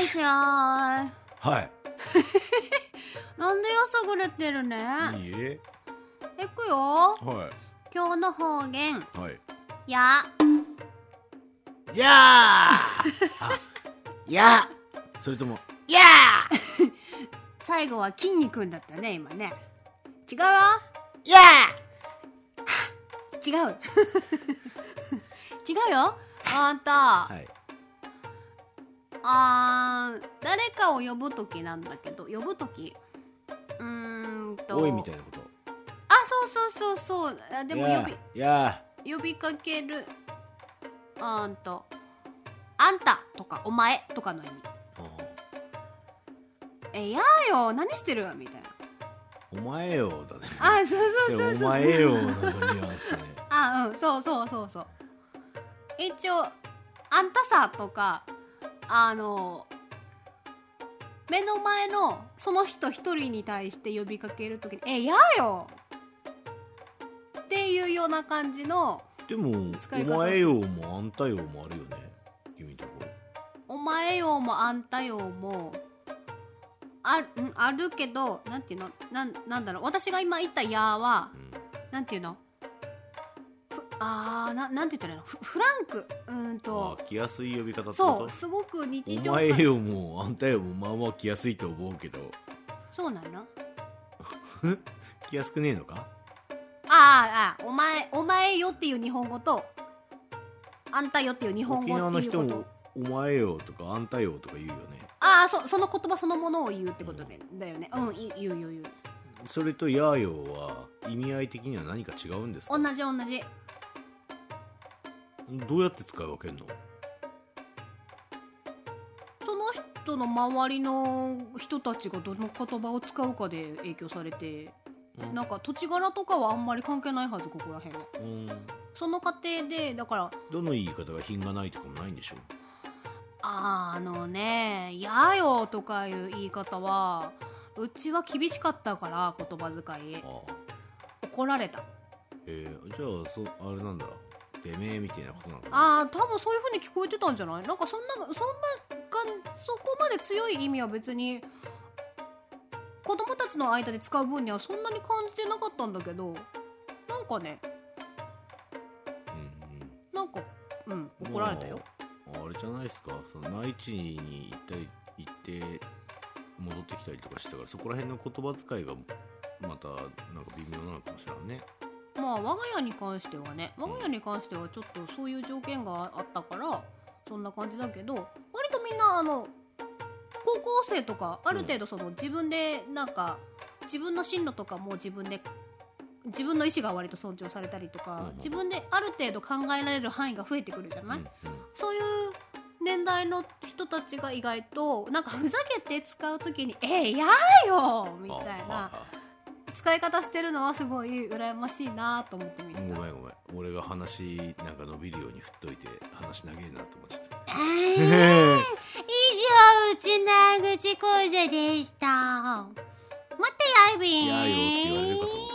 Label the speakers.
Speaker 1: はい。
Speaker 2: はい。
Speaker 1: なんでよさぐれてるね。
Speaker 2: いいえ。
Speaker 1: いくよ。
Speaker 2: はい。
Speaker 1: 今日の方言。
Speaker 2: はい。
Speaker 1: や。
Speaker 2: やあ。や。 それとも。やあ。
Speaker 1: 最後は筋肉だったね、今ね。違うよ。
Speaker 2: や
Speaker 1: あ。 違う。違うよ。あんた。
Speaker 2: はい。
Speaker 1: あー誰かを呼ぶ時なんだけど呼ぶ時うーんと
Speaker 2: 多いみたいなこと
Speaker 1: あそうそうそうそうあでも呼
Speaker 2: びや
Speaker 1: 呼びかけるあんと「あんた」とか「お前」とかの意味「えやーよ何してる?」みたいな
Speaker 2: 「お前よ」だね
Speaker 1: あそうそうそうそう
Speaker 2: お前よ」のニュアンスね
Speaker 1: あうんそうそうそうそう一応「あんたさ」とかあの目の前のその人一人に対して呼びかける時に「えやよ!」っていうような感じの
Speaker 2: でも「
Speaker 1: 使い方
Speaker 2: お前よ」も「あんたよ」もあるよね君のとこ
Speaker 1: 「お前よ」も「あんたよ」もあんあるけどなんていうのなんなんだろう私が今言った「や」は
Speaker 2: うん
Speaker 1: なんていうのふあーななんて言ったらいいのフフランクうーん
Speaker 2: あ
Speaker 1: と
Speaker 2: ー来やすい呼び方ってこと
Speaker 1: そうすごく日
Speaker 2: お
Speaker 1: 常
Speaker 2: 前
Speaker 1: 感
Speaker 2: よもあんたよもまあまあ来やすいと思うけど
Speaker 1: そうなの
Speaker 2: 来やすくねえのか
Speaker 1: ああああお前お前よっていう日本語とあんたよっていう日本
Speaker 2: 沖縄
Speaker 1: 語
Speaker 2: の
Speaker 1: っていうこ
Speaker 2: 人
Speaker 1: と
Speaker 2: も「お前よ」とか「あんたよ」とか言うよね
Speaker 1: ああそその言葉そのものを言うってことで、だよねうんい言う言う言う
Speaker 2: それと「やよ」は意味合い的には何か違うんですか
Speaker 1: 同じ同じ
Speaker 2: どうやって使い分けるの
Speaker 1: その人の周りの人たちがどの言葉を使うかで影響されて
Speaker 2: うん
Speaker 1: なんか土地柄とかはあんまり関係ないはずここら辺は
Speaker 2: うん
Speaker 1: その過程でだから
Speaker 2: どの言い方が品がないとかもないんでしょ
Speaker 1: あのね「やよ」とかいう言い方はうちは厳しかったから言葉遣い
Speaker 2: ああ
Speaker 1: 怒られた
Speaker 2: えー、じゃあそあれなんだてめえみたいなことなのかな
Speaker 1: ああ多分そういう風に聞こえてたんじゃないなんかそんなそんなかそこまで強い意味は別に子供たちの間で使う分にはそんなに感じてなかったんだけどなんかね
Speaker 2: うん
Speaker 1: なんかうん
Speaker 2: うん
Speaker 1: 怒られたよ、
Speaker 2: まああれじゃないですかその内地に行ったり行って戻ってきたりとかしてたからそこら辺の言葉遣いがまたなんか微妙なのかもしれないね
Speaker 1: まあ我が家に関してはね我が家に関してはちょっとそういう条件があったからそんな感じだけど割とみんなあの高校生とかある程度その自分でなんか自分の進路とかも自分で自分の意思が割と尊重されたりと
Speaker 2: うん
Speaker 1: か
Speaker 2: うん
Speaker 1: 自分である程度考えられる範囲が増えてくるじゃない、
Speaker 2: うんうん
Speaker 1: そういう年代の人たちが意外となんかふざけて使う時に「えー、やーよ!」みたいな
Speaker 2: ああ
Speaker 1: 使い方してるのはすごい羨ましいなと思って見
Speaker 2: あご
Speaker 1: て
Speaker 2: めん
Speaker 1: た。
Speaker 2: ごめん俺が話なんか伸びるように振っといて話長えなと思っちゃった
Speaker 1: えー 以上、うちなぐちこいじでした。待ってやいびーん。
Speaker 2: やーよって言われるかと思